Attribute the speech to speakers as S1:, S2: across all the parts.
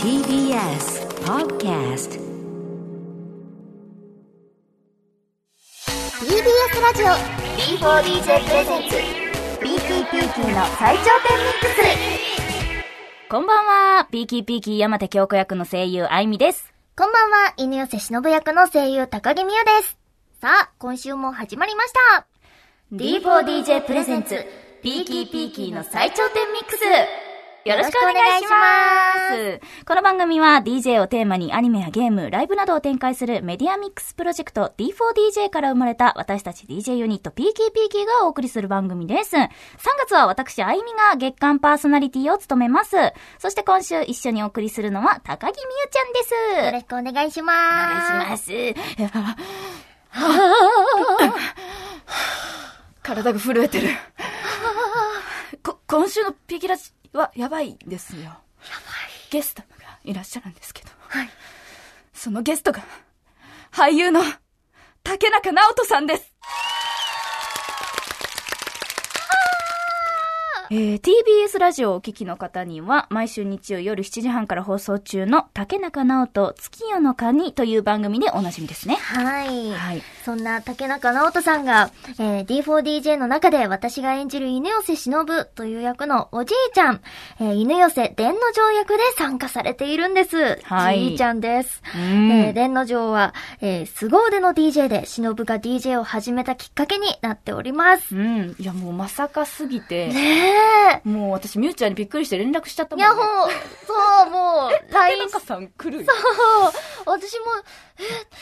S1: TBS Podcast
S2: TBS ラジオ B4DJ プレゼンツ BTPT の最頂点ミックス
S3: こんばんは、ピーキーピーキー山手京子役の声優、あいみです。
S2: こんばんは犬寄せ忍役の声優高木美優ですさあ今週も始まりました
S3: D4DJ プレゼンツ、ピーキーピーキーの最頂点ミックス。よろしくお願いします。この番組は DJ をテーマにアニメやゲーム、ライブなどを展開するメディアミックスプロジェクト D4DJ から生まれた私たち DJ ユニットピーキーピーキーがお送りする番組です。3月は私、あいみが月間パーソナリティを務めます。そして今週一緒にお送りするのは高木美優ちゃんです。
S2: よろしくお願いし
S3: お願
S2: ます
S3: いします。 体が震えてる。 こ、今週のピキラジはやばいんですよ。やばい。ゲストがいらっしゃるんですけど。
S2: はい
S3: そのゲストが、俳優の竹中直人さんです。えー TBS ラジオをお聞きの方には、毎週日曜夜7時半から放送中の竹中直人月夜の鐘という番組でおなじみですね。
S2: はい。
S3: はい
S2: そんな竹中直人さんが、えー D4DJ の中で私が演じる犬寄せ忍という役のおじいちゃん、えー犬寄せ伝の城役で参加されているんです。
S3: はい
S2: じいちゃんです。
S3: うん
S2: えー伝の城は、えー凄腕の DJ で忍が DJ を始めたきっかけになっております。
S3: うん。いや、もうまさかすぎて、
S2: ねえ。
S3: もう私、みゆちゃんにびっくりして連絡しちゃったもん、
S2: いや、ほう、そう、もう、
S3: 竹
S2: LINE
S3: 中さん来るよ。
S2: 私も、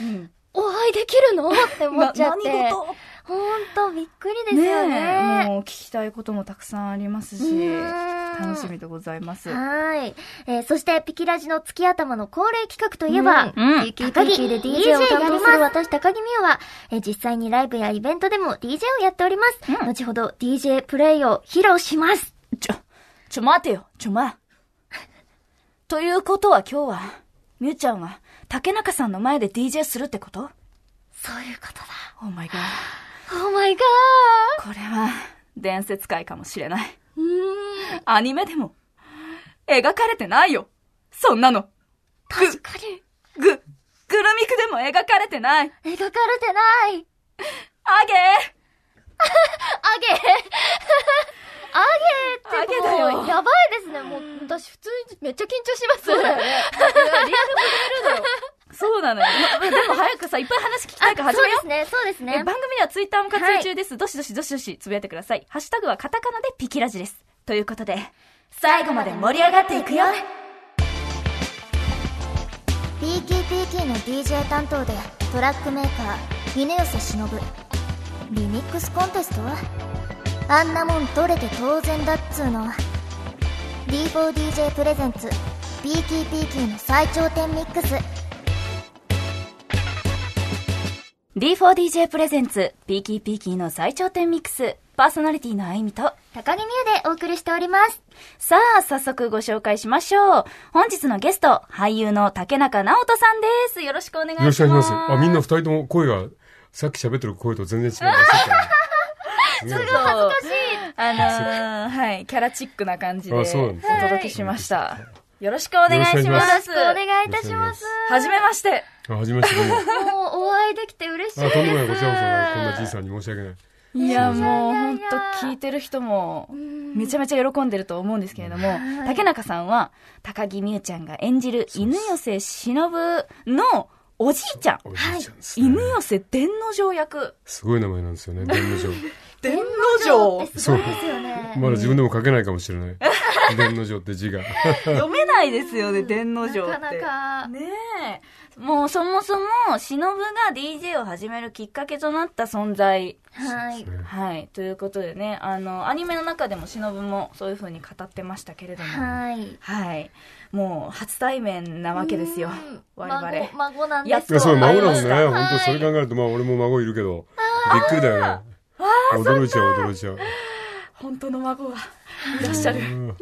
S3: うん
S2: お会いできるのって思っちゃって。
S3: な何事
S2: ほんと、びっくりです
S3: ね
S2: よ
S3: え、もう聞きたいこともたくさんありますし、
S2: うん
S3: 楽しみでございます。
S2: はい。えーそして、ピキラジの月頭の恒例企画といえば、
S3: うんうん
S2: ピキピキで DJ を担当する私、高木美和は、えー実際にライブやイベントでも DJ をやっております。
S3: うん
S2: 後ほど DJ プレイを披露します。
S3: ちょ、ちょ待てよ、ちょま。ということは今日は、みゆちゃんは、竹中さんの前で DJ するってこと
S2: そういうことだ。
S3: オーマイガー。
S2: Oh my god!
S3: これは、伝説界かもしれない。
S2: うーん、
S3: アニメでも、描かれてないよ。そんなの。
S2: 確かに、
S3: ぐ、ぐるみくでも描かれてない。
S2: 描かれてない。
S3: あげ
S2: あげ あげっ
S3: あ
S2: て
S3: げだ
S2: も
S3: よ
S2: う、やばいですね。もう、私普通にめっちゃ緊張します。
S3: そうなのよ。までも早くさ、いっぱい話聞きたいから
S2: あ
S3: 始
S2: そう
S3: め
S2: で
S3: よう。
S2: すね、そうです
S3: え
S2: ね。
S3: 番組ではツイッターも活用中です。どしどしどしどしつぶやいてください。ハッシュタグはカタカナでピキラジです。ということで、最後まで盛り上がっていくよ
S2: PKPK の DJ 担当でトラックメーカー峰寄忍リミックスコンテストあんなもん取れて当然だっつうの D4DJ プレゼンツ PKPK の最頂点ミックス
S3: !D4DJ プレゼンツ、ピーキーピーキーの最頂点ミックス、パーソナリティのあいみと、
S2: 高木美優でお送りしております
S3: さあ、早速ご紹介しましょう。本日のゲスト、俳優の竹中直人さんです。よろしくお願いし
S4: よ
S3: ま
S4: ろし
S3: す。
S4: くお願いします。あ、みんな二人とも声が、さっき喋ってる声と全然違う。すごい。
S3: しい。あのー、はい、キャラチックな感じでお
S4: あそうなんですね
S3: 届けしました。よろしくお願いしま
S4: よろ
S3: す。
S2: よろしくお願いいたし
S4: よ
S2: ま
S4: ろ
S2: す
S4: しく
S3: はじめまして。
S4: あ、はじめましてどうも。
S2: もうお会いできて嬉しいで
S4: あ、
S2: す
S4: とんでもない、こちらこそ、こんなじいさんに申し訳ない。
S3: いや、
S4: いやいやいや
S3: もう本当聞いてる人も、めちゃめちゃ喜んでると思うんですけれども、竹中さんは、高木美優ちゃんが演じる犬寄せ忍のおじいちゃん。
S4: おじいちゃんです、ね
S3: 犬寄せ伝の条役。
S4: すごい名前なんです よね、伝の城。
S3: 伝の
S2: そうってす
S4: そ
S2: ご
S4: う
S2: い。ですよね
S4: まだ自分でも書けないかもしれ ない。伝の城って字が。
S3: 読めないですよね、伝の条って。
S2: なかなか
S3: ねえ。もうそもそも、忍が DJ を始めるきっかけとなった存在。
S2: はい
S3: はい。ということでね、あの、アニメの中でも忍もそういう風に語ってましたけれども。
S2: はい
S3: はい。もう、初対面なわけですよ
S2: うん。
S3: 我々。
S2: 孫孫なん
S3: や
S2: で
S3: っ
S2: す
S4: い
S3: と
S4: や、そう、
S3: 会
S4: 孫
S3: えま
S4: だもん
S3: し
S4: ね。
S3: た
S4: 本当それ考えると、まあ俺も孫いるけど、びっくりだよね。驚いちゃう、驚いちゃう。
S3: 本当の孫がいらっしゃる。
S4: うん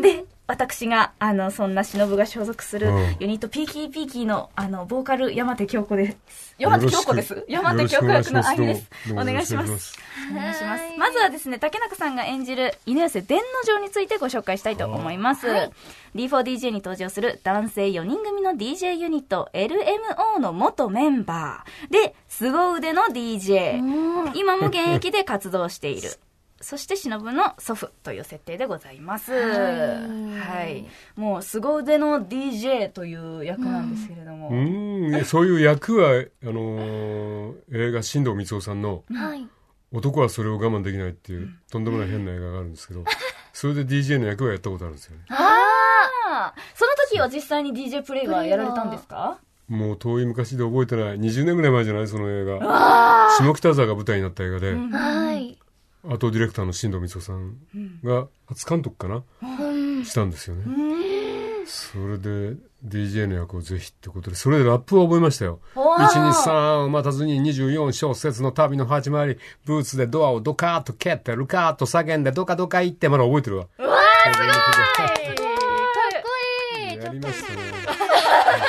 S3: で、私が、あの、そんな忍が所属する
S4: うん
S3: ユニット、ピーキーピーキーの、あの、ボーカル、山手京子です。山手京子です。
S4: よろ
S3: 山手
S4: しく
S3: 京子役の愛
S4: よ
S3: で
S4: ろし
S3: す。
S4: く
S3: お
S4: お願
S3: 願い
S4: いし
S3: し
S4: ま
S3: ます
S4: どうもよろしくお願いします
S3: お願い
S4: す。
S3: します。まずはですね、竹中さんが演じる犬寄せ電の城についてご紹介したいと思います。D4DJ に登場する男性4人組の DJ ユニット LMO の元メンバーで、凄腕の DJ。今 も現役で活動している。そして忍の祖父という設定でございます。はい,、もう凄腕の DJ という役なんですけれども。
S4: うーんねそういう役はあのー映画新藤光雄さんの
S2: はい。
S4: 「男はそれを我慢できない」っていうとんでもない変な映画があるんですけどそれで DJ の役はやったことあるんですよね
S3: ああその時は実際に DJ プレイはやられたんですか
S4: もう遠い昔で覚えてない20年ぐらい前じゃないその映画下北沢が舞台になった映画で、
S2: はい。
S4: アートディレクターの新藤光雄さんが初監督かな、したんですよね、それで DJ の役をぜひってことでそれでラップを覚えましたよ
S3: おー
S4: 123を待たずに24小節の旅の始まりブーツでドアをドカーッと蹴ってルカーッと叫んでドカドカ言ってまだ覚えてるわうわーす
S3: え
S4: ごいやりましたね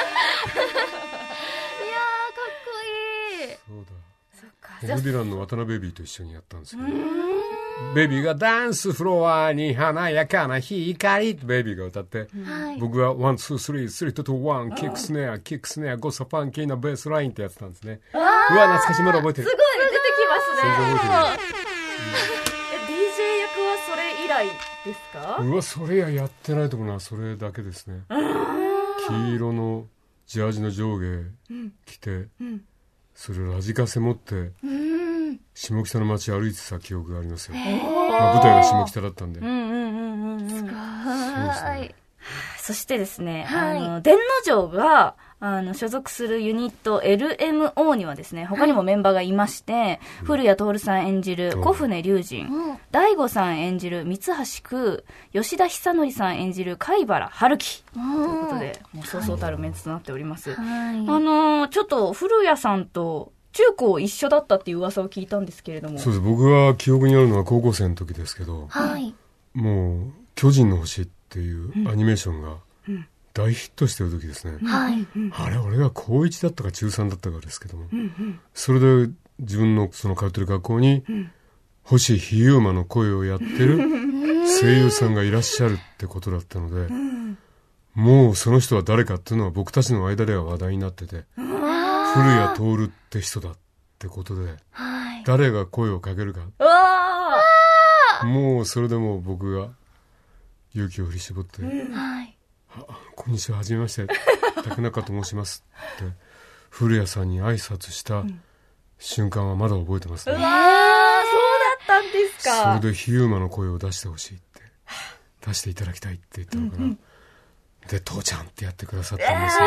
S4: そうだボブ・ディランの渡辺ベイビーと一緒にやったんですけどベイビーがダンスフロアに華やかな光ってベイビーが歌って、僕はワン、ツー、スリー、スリー、トゥ、トゥ、ワン、キックスネア、キックスネア、ゴサファンキーなベースラインってやってたんですね。うわ、懐かしい、まだ覚えてる。
S3: 出てきますね
S4: 全然覚えて
S3: DJ 役はそれ以来ですか
S4: る。うわ、それややってないとこな、それだけですね。黄色のジャージの上下着て、それをラジカセ持って、下北の街歩いてた記憶がありますよ。まあ舞台が下北だったんで。
S3: うんうんうんうんうん
S4: そうですね。
S3: そしてですね、あの、電之丞が、あの、所属するユニット LMO にはですね、他にもメンバーがいまして、古谷徹さん演じる
S4: うん
S3: 小船龍神、大悟さん演じる三橋空、吉田久典さん演じる貝原春樹、ということで、もうそうそうたるメンツとなっております。あのーちょっと古谷さんと中高一緒だったっていう噂を聞いたんですけれども。
S4: そうです僕は記憶にあるのは高校生の時ですけど
S2: はい。
S4: もう「巨人の星」っていうアニメーションが大ヒットしてる時ですね、
S2: はい。
S4: あれ俺が高1だったか中3だったかですけども、それで自分のその通ってる学校に星飛雄馬の声をやってる声優さんがいらっしゃるってことだったので、もうその人は誰かっていうのは僕たちの間では話題になってて、古谷徹って人だってことで、誰が声をかけるか
S3: うわ
S4: もうそれでもう僕が勇気を振り絞って「あこんにちははじめまして竹中と申します」って古谷さんに挨拶した瞬間はまだ覚えてます
S3: ーうわーそう
S4: ね、
S3: だったんですか
S4: それで飛雄馬の声を出してほしいって出していただきたいって言ったのかな、で「父ちゃん」ってやってくださったんですよ、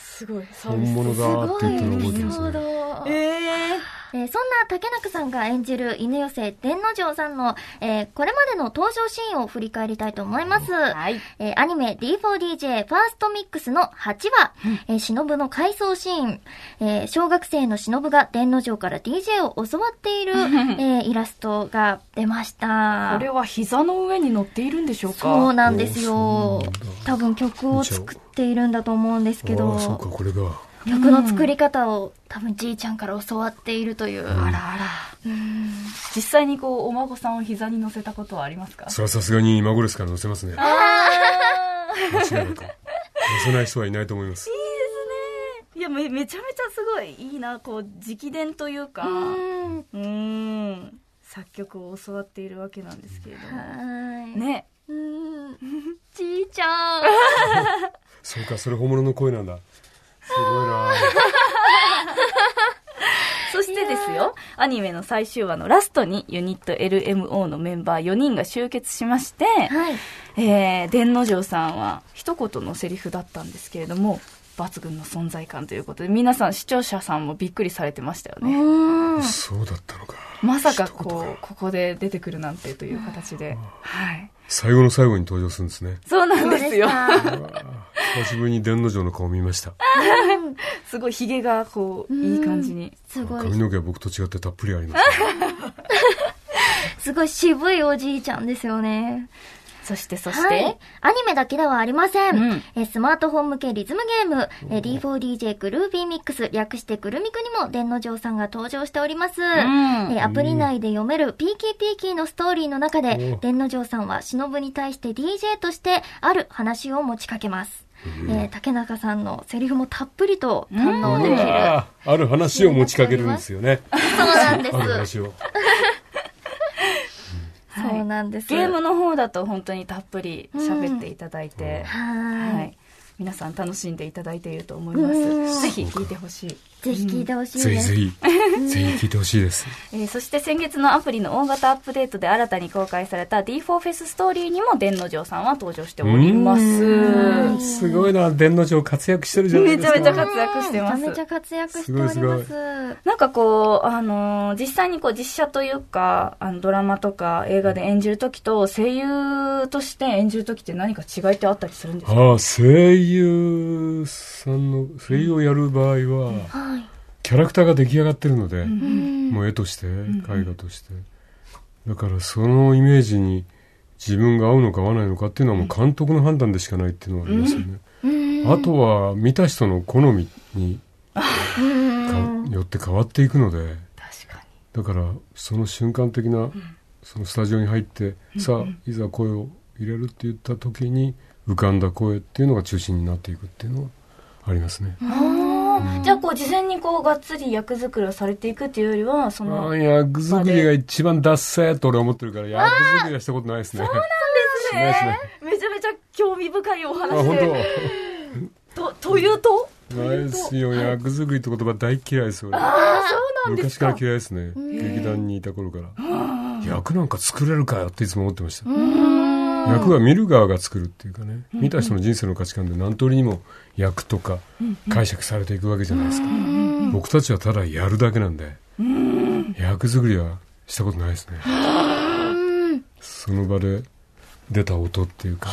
S3: すごい。サービス
S4: 本物だーって言ったの覚えてますね
S3: えー
S2: えーそんな竹中さんが演じる犬寄せ伝之丞さんの、えーこれまでの登場シーンを振り返りたいと思います。
S3: はい
S2: えーアニメ D4DJ ファーストミックスの8話、えー、忍の回想シーン、えー小学生の忍が伝之丞から DJ を教わっている、えーイラストが出ました。
S3: これは膝の上に乗っているんでしょうか
S2: そうなんですよ
S4: おーそうなんだ。
S2: 多分曲を作っているんだと思うんですけ
S4: ああそうか
S2: ど、
S4: これが
S2: 曲の作り方を多分じいちゃんから教わっているという。
S3: あらあら。実際にこう、お孫さんを膝に乗せたことはありますか
S4: それはさすがに今頃ですから載せますね間違いなく載せない人はいないと思います
S3: いやめ、めちゃめちゃすごいいいな、こう、直伝というか、
S2: うん
S3: うん、作曲を教わっているわけなんですけれども。
S2: はい
S3: ね。
S2: うんじいちゃん。
S4: そうか、それ本物の声なんだ。すごいな
S3: そしてですよ、アニメの最終話のラストにユニット LMO のメンバー4人が集結しまして、
S2: はい。
S3: えー、伝之丞さんは一言のセリフだったんですけれども、抜群の存在感ということで、皆さん視聴者さんもびっくりされてましたよね。
S2: うん。
S4: そうだったのか。
S3: まさか
S4: 一言
S3: こ
S4: か
S3: う、ここで出てくるなんてという形で。はい。
S4: 最後の最後に登場するんですね。
S3: そうなんですよ。
S4: うわー久しぶりに伝之丞の顔見ました。
S3: すごいヒゲがこう、いい感じに。
S2: すごい
S4: 髪、の毛は僕と違ってたっぷりありますね、
S2: すごい渋いおじいちゃんですよね。
S3: そして、そして、
S2: はい。アニメだけではありません。
S3: うん
S2: えスマートフォン向けリズムゲーム、え D4DJ グルービーミックス、略してグルミクにも電の城さんが登場しております。えアプリ内で読めるピーキーピーキーのストーリーの中で
S4: お、
S2: 電の城さんは忍に対して DJ としてある話を持ちかけます。えー竹中さんのセリフもたっぷりと堪能できる。
S4: あーある話を持ちかけるんですよね。
S2: そうなんで
S4: ある
S2: す。
S4: 話を。
S3: はい
S2: そうなんです。
S3: ゲームの方だと本当にたっぷり喋っていただいて、
S2: は
S3: は
S2: ーい。
S3: い。皆さん楽しんでいただいていると思います。
S2: うん
S3: ぜひ聞いてほしい。
S2: ぜひ聞いてほしいです。
S4: ぜひぜひ、ぜひ聞いてほしいです。
S3: えーそして先月のアプリの大型アップデートで新たに公開された D4 フェスストーリーにも電之丞さんは登場しております。
S4: すごいな、電の城活躍してるじゃない
S3: め
S4: で
S3: ち
S4: す
S3: ゃ
S4: か。
S3: めちゃ活躍してま
S2: めちゃめち
S3: す
S2: ゃ。活躍しております。
S4: すごいす
S3: なんかこう、あのー実際にこう実写というか、あのドラマとか映画で演じるときと声優として演じるときって何か違いってあったりするんですか
S4: ああ、声優さんの、声優をやる場合は、
S2: はい。
S4: キャラクターが出来上がってるので、
S2: うん
S4: もう絵として、絵画として。だからそのイメージに自分が合うのか合わないのかっていうのはもう監督の判断でしかないっていうのはありますよね。あとは見た人の好みにかよって変わっていくので、
S3: 確か
S4: だからその瞬間的な、そのスタジオに入って、さあ、いざ声を入れるって言った時に浮かんだ声っていうのが中心になっていくっていうのはありますね。
S3: に。ああ、じゃあこう事前にこうがっつり役作りをされていくっていうよりは、そ
S4: あ
S3: の、
S4: あ、役作りが一番ダッセーと俺は思ってるから、役作りはしたことないですね。そうなんですね。しない
S3: めちゃめちゃ興味深いお
S4: あ
S3: 話
S4: 本
S3: で。と、というと
S4: 当。ないですよ。役作りって言葉大嫌いです。俺
S3: ああ、そうなんで
S4: 昔
S3: す
S4: か。
S3: から
S4: 嫌いですね。劇団にいた頃から。役なんか作れるかよっていつも思ってました。役は見る側が作るっていうかね。見た人の人生の価値観で何通りにも役とか解釈されていくわけじゃないですか。僕たちはただやるだけなんで。役作りはしたことないですね。その場で出た音っていうか。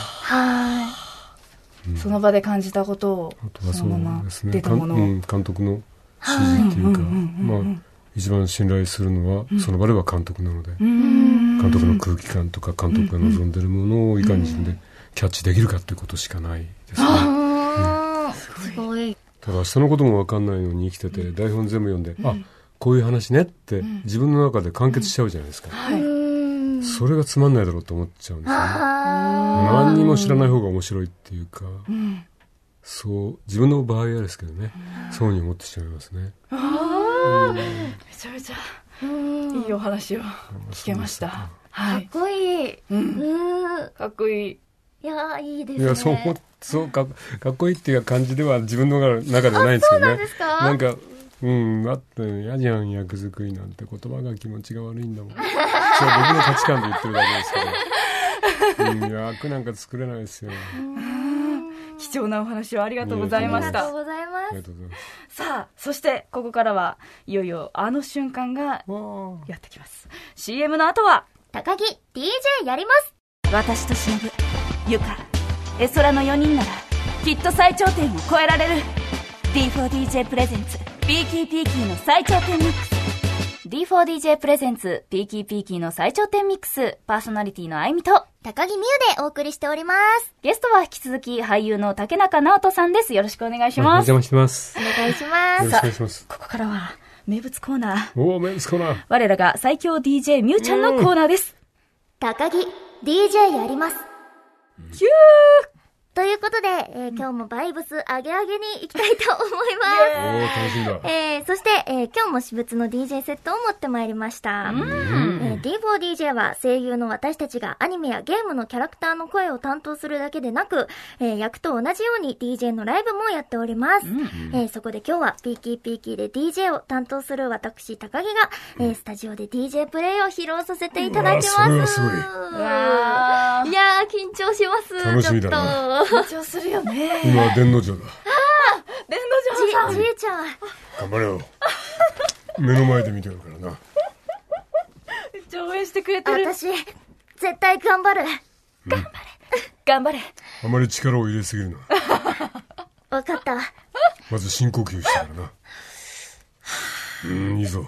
S3: その場で感じたことを
S4: あとは
S3: そ
S4: そ
S3: の
S4: う
S3: まま
S4: ですね
S3: 出たもの
S4: かんう
S3: を
S4: ん監督の指示っていうか、まあ、一番信頼するのは、その場では監督なので、監督の空気感とか監督が望んでるものをいかに自分でキャッチできるかっていうことしかないですね。
S2: うんすごい。
S4: ただ明日のことも分かんないのに生きてて、台本全部読んで、あこういう話ねって自分の中で完結しちゃうじゃないですか、
S2: うん。
S4: それがつまんないだろうと思っちゃうんですよね
S2: あ
S4: 何にも知らない方が面白いっていうか、そう自分の場合はですけどね、そういうふうに思ってしまいますね
S3: めちゃめちゃ
S2: ーうん
S3: いいお話を聞けました。は
S2: かっ
S3: い。
S2: こいい。うん。
S3: かっこいい。
S2: いやー、いいです
S4: い
S2: ね。
S4: やそう思っそうかかっこいいっていう感じでは自分の中ではないんですけどねなん
S2: ですか
S4: かうんだって嫌じゃん役作りなんて言葉が気持ちが悪いんだもんそれは僕の価値観で言ってるだけですけど、うん、役なんか作れないですよあ
S3: 貴重なお話をありがとうございま
S2: あ
S3: し
S2: りがと
S3: た
S2: う。ございま
S4: り
S2: す
S4: が。とうございます
S3: さあ、そしてここからはいよいよあの瞬間が
S4: わあ
S3: やってきます。CM の後は、
S2: 高木、DJ やります。
S3: 私と忍ぶ、ゆか、絵空の4人なら、きっと最頂点を超えられる。D4DJ プレゼンツ、ピーキーピーキーの最頂点ミックス。D4DJ プレゼンツ、ピーキーピーキーの最頂点ミックス、パーソナリティのあいみと、
S2: 高木美優でお送りしております。
S3: ゲストは引き続き俳優の竹中直人さんです。よろしくお願いし
S4: お
S3: ます。
S4: 邪魔してますよ
S2: お願いしま
S4: ろし
S2: す。
S4: くお願いします
S3: ここからは名物コーナー。
S4: おおメンスコーナー
S3: 我らが最強 DJ みゆちゃんのコーナーです。
S2: 高木、DJ やります。
S3: キュー
S2: ということで、えー今日もバイブス上げ上げに行きたいと思います。
S4: おお楽しみだ
S2: えーそして、えー今日も私物の DJ セットを持ってまいりました。えー D4DJ は声優の私たちがアニメやゲームのキャラクターの声を担当するだけでなく、えー役と同じように DJ のライブもやっております。えーそこで今日はピーキーピーキーで DJ を担当する私高木が、えースタジオで DJ プレイを披露させていただきます。
S4: うわそれはすごい
S3: わ
S2: いやー、緊張します。
S4: 楽しみだな
S2: ちょっと。
S3: 緊張するよね。
S4: 今は電の城だ
S3: 電
S2: じ、じいちゃん。
S4: 頑張れよ目の前で見てるからな
S3: の上応援してくれてる。
S2: 私、絶対頑張る。
S3: 頑張れ。
S4: あまり力を入れすぎるな
S2: わかった。
S4: まず深呼吸してからなうーんいいぞ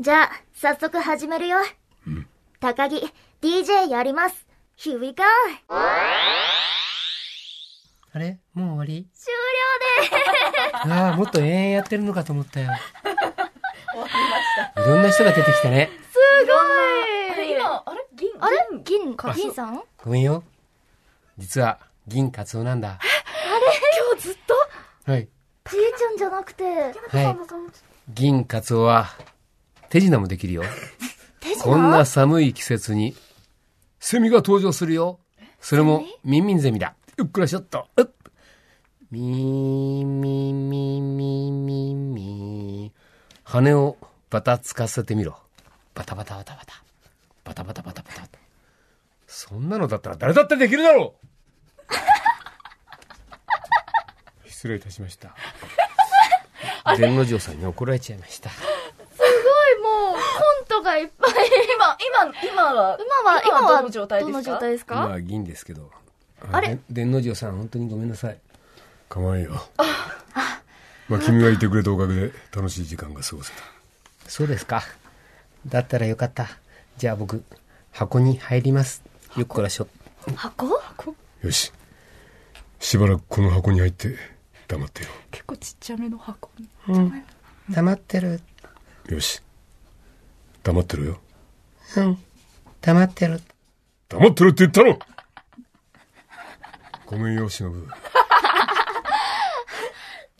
S2: じゃあ、早速始めるよ。高木、 DJ やります。Here we go!
S5: あれもう終わり
S2: 終
S5: ああ、もっと永遠やってるのかと思ったよ。いろんな人が出てきたね。
S3: あれ今、あれ銀
S2: 了であれ銀、銀さん
S5: ごめんよ。実は、銀カツオなんだ。
S2: 今日ずっと
S5: はい。
S2: じいちゃんじゃなくて、
S5: はい。銀カツオは、手品もできるよ。
S2: 手品
S5: こんな寒い季節に、セミが登場するよ。それも、ミンミンゼミだ。うっくらしょっと。うっミンミンミンミンミンミン。羽をバタつかせてみろ。バタバタバタバタ。バタバタバタバタ。そんなのだったら誰だってできるだろう
S4: 失礼いたしました。
S5: 伝の嬢さんに怒られちゃいました。
S6: もう、コントがいっぱい。
S3: 今、今、今は、
S6: 今は、
S3: 今
S6: 今
S3: は
S6: は
S3: どの状態ですか
S6: どの状態です
S5: 今
S6: か
S5: は銀ですけど。
S6: あれ
S5: 伝の嬢さん、本当にごめんなさい。
S4: 構わんよ。まあ、君がいてくれたおかげで楽しい時間が過ごせた。
S5: そうですか。だったらよかった。じゃあ僕、箱に入ります。よっこらしょ。
S6: 箱
S4: よし。しばらくこの箱に入って黙ってよ
S6: 結構ちっちゃめの箱に。
S5: 黙ってる。
S4: う。よし。黙ってろよ。
S5: うん。黙ってる。
S4: 黙ってろって言ったろごめんよ、忍。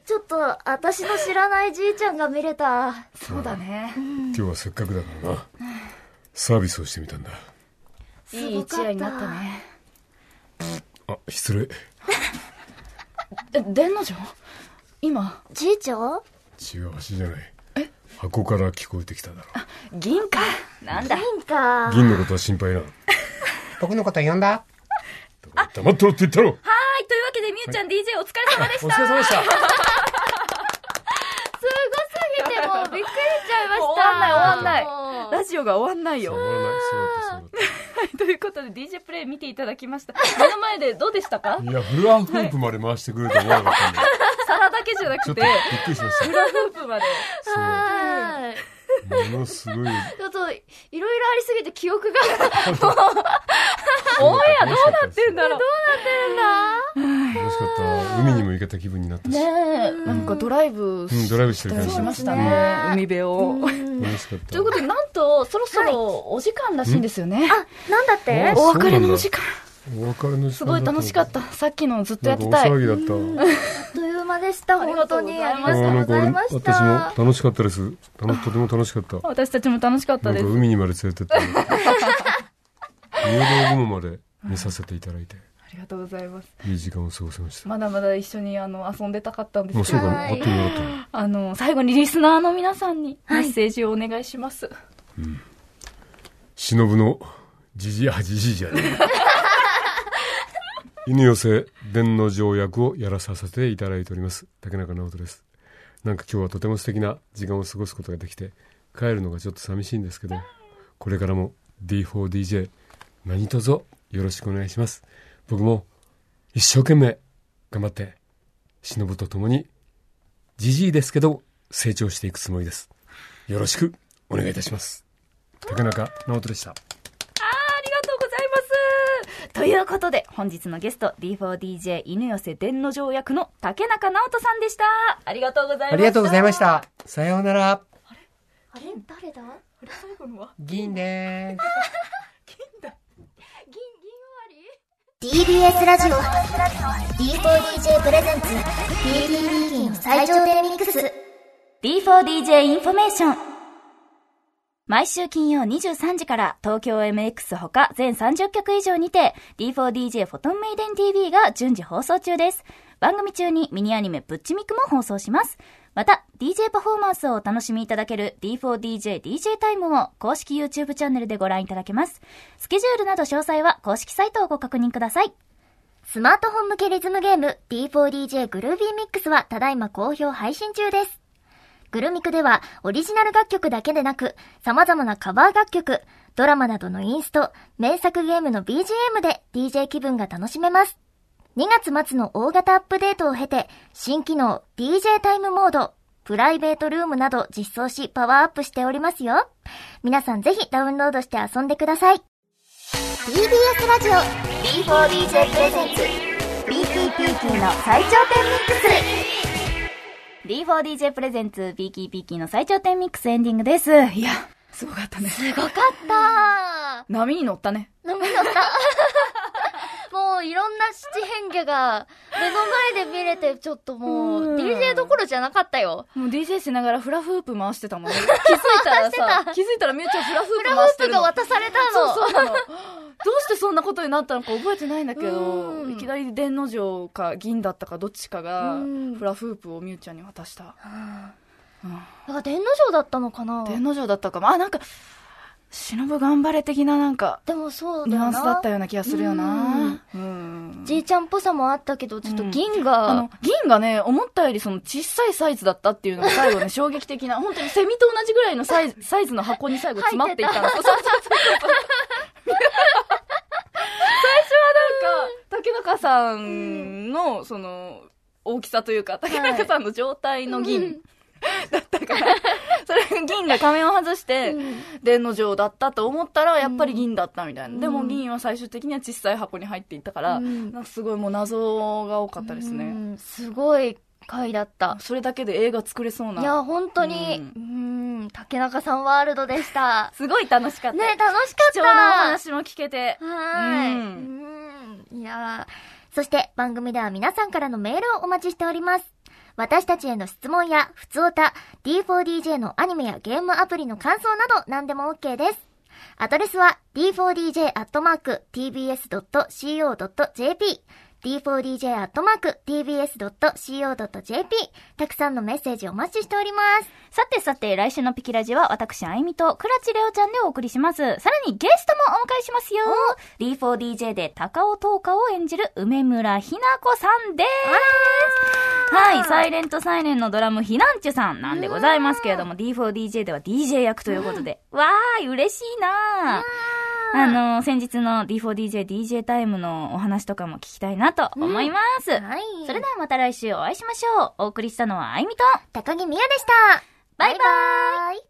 S2: ちょっと、私の知らないじいちゃんが見れた。
S3: そうだね。
S4: 今日はせっかくだからな。サービスをしてみたんだ。
S3: いい一夜になったね。
S4: あ、失礼。
S3: え、電の城今、
S2: じいちゃん
S4: 違う足じゃない。箱から聞こえてきただろ
S3: 銀か。なんだ。
S2: 銀か。
S4: 銀のことは心配な。
S5: 僕のこと呼んだ
S4: 黙ってろって言ったろ
S3: はい、というわけで、みゆちゃん DJ お疲れ様でした。
S5: お疲れ様でし
S6: す
S5: た。
S6: ごすぎて、もうびっくりしちゃいました。
S3: 終わんない終わんない
S6: もう
S3: ラジオが終わんないよ。
S4: 終わらない。そうだった、そうだっ
S3: ということで DJ プレイ見ていただきました。目の前でどうでしたか
S4: た。いや、フラフープまで回してくれると思わなかったんで。
S3: 皿だけじゃな
S4: ちょ
S3: く
S4: っと
S3: て
S4: びっ、くりしまし
S3: フラフープまで。
S4: た。
S6: はい。
S4: そう。ものすごい。
S6: ちょっと、いろいろありすぎて記憶が。
S4: オンエアどうなって
S3: なんだろ
S4: 楽しかった。海にも行けた気分になったし。
S3: うなんかドライブ
S4: うん、ドライブしてる感じ。
S3: しました
S4: うん
S3: ね。海辺を。
S4: 楽しかった。
S3: ということで、なんと、そろそろお時間らしいんですよね。
S2: なんだって
S4: あ
S3: お別れのお時間。
S4: お別れの。
S3: すごい楽しかったた。さっきのずっと
S4: な
S3: や
S4: ん
S3: って
S4: か大
S3: たい。
S4: 騒ぎ
S2: あ
S4: だった。
S2: っという間でした。
S3: ありがと
S2: 本当
S3: うござい
S2: に
S3: ま
S2: あ
S3: す
S2: りがとうご
S4: なんか
S2: ざ
S4: 俺
S2: いまし
S4: 私も
S2: た。
S4: 楽しかったです。たのとても楽しかった。
S3: 私たちも楽しかった
S4: なん
S3: で
S4: か
S3: す。
S4: 海にまで連れてって もらって。入道雲まで見させていただいて、
S3: ありがとうございます。
S4: いい時間を過ごせました。
S3: まだまだ一緒にあの遊んでたかったんで
S4: もう
S3: す
S4: そ
S3: け
S4: う
S3: ど
S4: か、も、あっという間だったね。
S3: あの、最後にリスナーの皆さんにメッセージをお願いします。
S4: 忍のじじやじじいじゃねえ。犬寄せ伝の条約をやらさせていただいております竹中直人ですなんか今日はとても素敵な時間を過ごすことができて帰るのがちょっと寂しいんですけどこれからも D4DJ 何卒よろしくお願いします僕も一生懸命頑張って忍と共にじじいですけど成長していくつもりですよろしくお願いいたします竹中直人でした
S3: ありがとうございます。ということで、本日のゲスト、D4DJ 犬寄せ伝の条約の竹中直人さんでした。ありがとうございました。
S5: ありがとうございました。さようなら。
S2: あれ誰だ
S5: 銀です。
S2: TBS ラジオ D4DJ プレゼンツ PTBT の最頂点ミックス
S3: D4DJ インフォメーション。毎週金曜23時から東京 MX ほか全30局以上にて D4DJ フォトンメイデン TV が順次放送中です。番組中にミニアニメぶっちみくも放送します。また DJ パフォーマンスをお楽しみいただける D4DJ DJ タイムも公式 YouTube チャンネルでご覧いただけます。スケジュールなど詳細は公式サイトをご確認ください。
S2: スマートフォン向けリズムゲーム D4DJ グルービーミックスはただいま好評配信中です。グルミクではオリジナル楽曲だけでなく様々なカバー楽曲、ドラマなどのインスト、名作ゲームの BGM で DJ 気分が楽しめます。2月末の大型アップデートを経て新機能 DJ タイムモード、プライベートルームなど実 装しパワーアップしておりますよ。皆さんぜひダウンロードして遊んでください。 TBS ラジオ
S3: B4DJ プレゼンツ BKPK の最頂点ミックス D4DJ プレゼンツ BKPK の最頂点ミックスエンディングです。いや、すごかったね。
S6: すごかった
S3: 波に乗ったね。
S6: ー飲み乗った。もういろんな七変化が目の前で見れて、ちょっともう、
S3: うん
S6: DJ どころじゃなかったよ。
S3: もう DJ しながらフラフープ回して たもんね。気づいたら
S6: 回して
S3: さ、気づいたらみゆちゃんフラフ
S6: フ
S3: ープ
S6: ラ
S3: 回
S6: フ
S3: し
S6: ー
S3: て
S6: プ
S3: る
S6: が
S3: の。
S6: 渡されたの。
S3: そうそうなの。どうしてそんなことになったのか覚えてないんだけど、
S6: うん
S3: いきなり電の城か銀だったかどっちかが
S6: うん、
S3: フラフープをみゆちゃんに渡した。
S6: なんか天皇賞だったのかな
S3: 電の城だったかも。あ、なんか、忍頑張れ的ななんか、
S6: でもそう
S3: ニ
S6: だ
S3: ュア
S6: よ
S3: ンスだった
S6: な。
S3: ような気がするよな。うん。
S6: じいちゃんっぽさもあったけど、ちょっと銀
S3: あ
S6: が
S3: の、、銀がね、思ったよりその小さいサイズだったっていうのが最 後ね、衝撃的な、本当にセミと同じぐらいのサイ ズ、サイズの箱に最後詰まっていたの。そうそうそうそう 最初はなんか、竹中さんの、その、大きさというか、竹中さんの状態の銀、だったから、それ銀が仮面を外して、電の城だったと思ったら、やっぱり銀だったみたいな。でも銀は最終的には小さい箱に入っていったから、
S6: うん
S3: なんかすごいもう謎が多かったですね。
S6: うんすごい回だった。
S3: それだけで映画作れそうな。
S6: いや、本当に、
S3: う
S6: うん、竹中さんワールドで した。
S3: すごい楽しかった。
S6: ね、楽しかった。
S3: 貴重なお話も聞けて。
S6: はーい。
S3: う
S6: うん。いや
S2: そして番組では皆さんからのメールをお待ちしております私たちへの質問やふつおた D4DJ のアニメやゲームアプリの感想など何でも OK ですアドレスは d4dj.tbs.co.jp d4dj.tbs.co.jp たくさんのメッセージお待ちしております。
S3: さてさて、来週のピキラジは私、あいみと、倉地レオちゃんでお送りします。さらにゲストもお迎えしますよ。D4DJ で高尾東花を演じる梅村ひな子さんです。はい、サイレントサイレンのドラム、ひなんちゅさんなんでございますけれども、D4DJ では DJ 役ということで、わーい、嬉しいなー。あの、先日の D4DJ、DJ タイムのお話とかも聞きたいなと思います。
S2: はい。
S3: それではまた来週お会いしましょう。お送りしたのはあいみと、
S2: 高木美也でした。
S3: バイバイ
S2: バイバイ